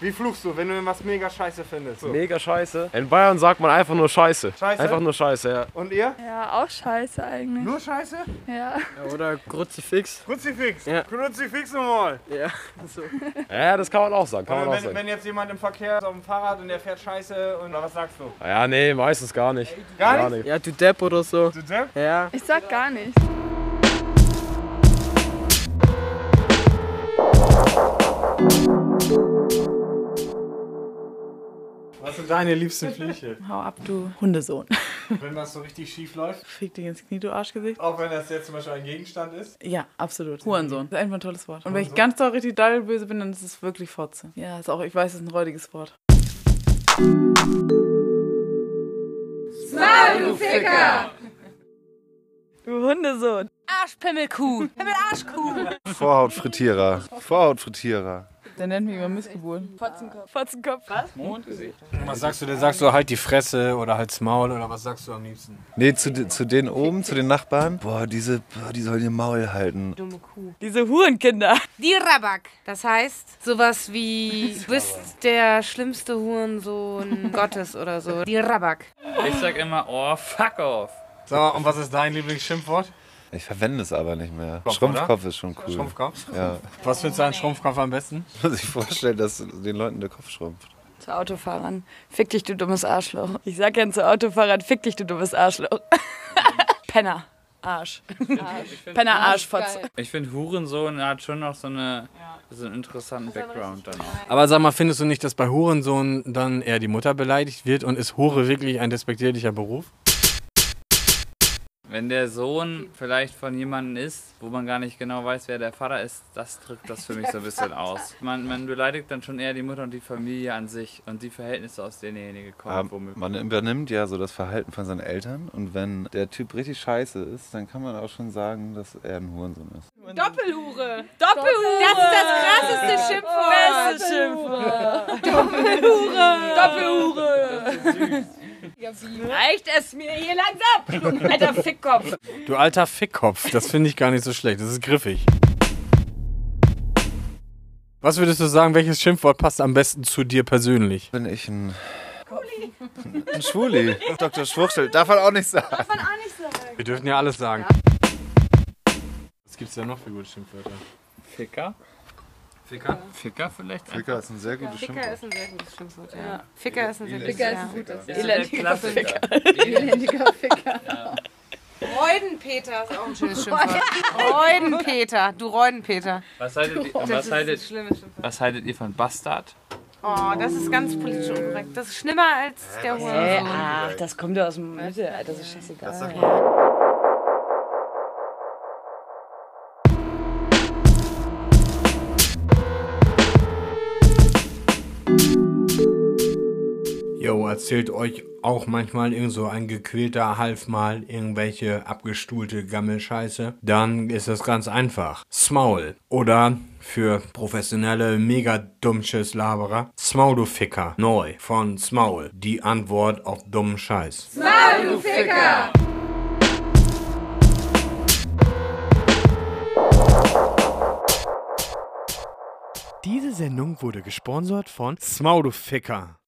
Wie fluchst du, wenn du was mega scheiße findest? So. Mega scheiße. In Bayern sagt man einfach nur Scheiße. Scheiße? Einfach nur Scheiße, ja. Und ihr? Ja, auch scheiße eigentlich. Nur Scheiße? Ja. Oder Kruzifix. Kruzifix. Ja. Kruzifix nochmal. Ja, so. Ja, das kann man auch sagen, kann man auch Wenn, sagen. wenn jetzt jemand im Verkehr ist auf dem Fahrrad und der fährt Scheiße und was sagst du? Ja, nee, meistens gar nicht. Gar Gar nichts? nicht. Ja, du Depp oder so. Du Depp? Ja. Ich sag gar nichts. Was sind deine liebsten Flüche? Hau ab, du Hundesohn. wenn was so richtig schief läuft? Fick dich ins Knie, du Arschgesicht. Auch wenn das jetzt zum Beispiel ein Gegenstand ist? Ja, absolut. Hurensohn. Das ist einfach ein tolles Wort. Und wenn ich ganz doll richtig doll böse bin, dann ist es wirklich Fotze. Ja, ist auch, ich weiß, es ist ein räudiges Wort. Du Hundesohn. Arschpimmelkuh. Pimmelarschkuh. Vorhautfrittierer. Vorhautfrittierer. Dann nennt mich immer Missgeburt. Fotzenkopf. Was? Was sagst du denn? Sagst du halt die Fresse oder halt's Maul oder was sagst du am liebsten? Nee, zu, de- zu denen oben, zu den Nachbarn. Boah, diese, boah, die sollen ihr Maul halten. Dumme Kuh. Diese Hurenkinder. Die Rabak. Das heißt, sowas wie, du bist der schlimmste Hurensohn Gottes oder so. Die Rabak. Ich sag immer, oh, fuck off. Sag mal, und was ist dein Lieblingsschimpfwort? Ich verwende es aber nicht mehr. Kopf, Schrumpfkopf ist schon cool. Schrumpfkopf? Ja. Was findest du an Schrumpfkopf am besten? Muss ich vorstellen, dass den Leuten der Kopf schrumpft. Zu Autofahrern. Fick dich, du dummes Arschloch. Ich sag gern zu Autofahrern, fick dich, du dummes Arschloch. Penner. Arsch. Penner, Arsch, Fotze. Ich finde Hurensohn hat schon noch so, eine, so einen interessanten Background dann auch. Aber sag mal, findest du nicht, dass bei Hurensohn dann eher die Mutter beleidigt wird und ist Hure wirklich ein despektierlicher Beruf? Wenn der Sohn vielleicht von jemandem ist, wo man gar nicht genau weiß, wer der Vater ist, das drückt das für mich so ein bisschen aus. Man, man beleidigt dann schon eher die Mutter und die Familie an sich und die Verhältnisse, aus denen derjenige Aber Ähm, kommt. Ähm, womöglich. man übernimmt ja so das Verhalten von seinen Eltern und wenn der Typ richtig scheiße ist, dann kann man auch schon sagen, dass er ein Hurensohn ist. Doppelhure. Doppelhure. Das ist das krasseste Schimpfwort. Beste Schimpfwort. Doppelhure. Reicht es mir hier langsam? Du alter Fickkopf. Du alter Fickkopf, das finde ich gar nicht so schlecht, das ist griffig. Was würdest du sagen, welches Schimpfwort passt am besten zu dir persönlich? Bin ich ein. Ein Schwuli. Dr. Schwuchtel. Darf man auch nicht sagen. Wir dürfen ja alles sagen. Was gibt's denn noch für gute Schimpfwörter? Ficker? Ficker? Ficker vielleicht? Ficker ist ein sehr gutes Ficker Schimpfwort. ist ein sehr gutes Schimpfwort. Ja. Ficker ist ein sehr gutes Ficker ist Schimpfwort. Elendiger Ficker. Freudenpeter ist auch ein schönes Schimpfwort. Freudenpeter. Du Freudenpeter. Was haltet, ihr- was, haltet, schlimmes Schimpfwort. was haltet ihr von Bastard? Oh, das ist ganz politisch unkorrekt. Das ist schlimmer als der Hurensohn. Ach, das kommt ja aus dem Mittelalter, das ist scheißegal. Yo, erzählt euch auch manchmal irgend so ein gequälter Half mal irgendwelche abgestuhlte Gammelscheiße? Dann ist das ganz einfach. Smaul. Oder für professionelle, mega dummsches Laberer. Smaul, du Ficker. Neu. Von Smaul. Die Antwort auf dummen Scheiß. Diese Sendung wurde gesponsert von Smaul, du Ficker.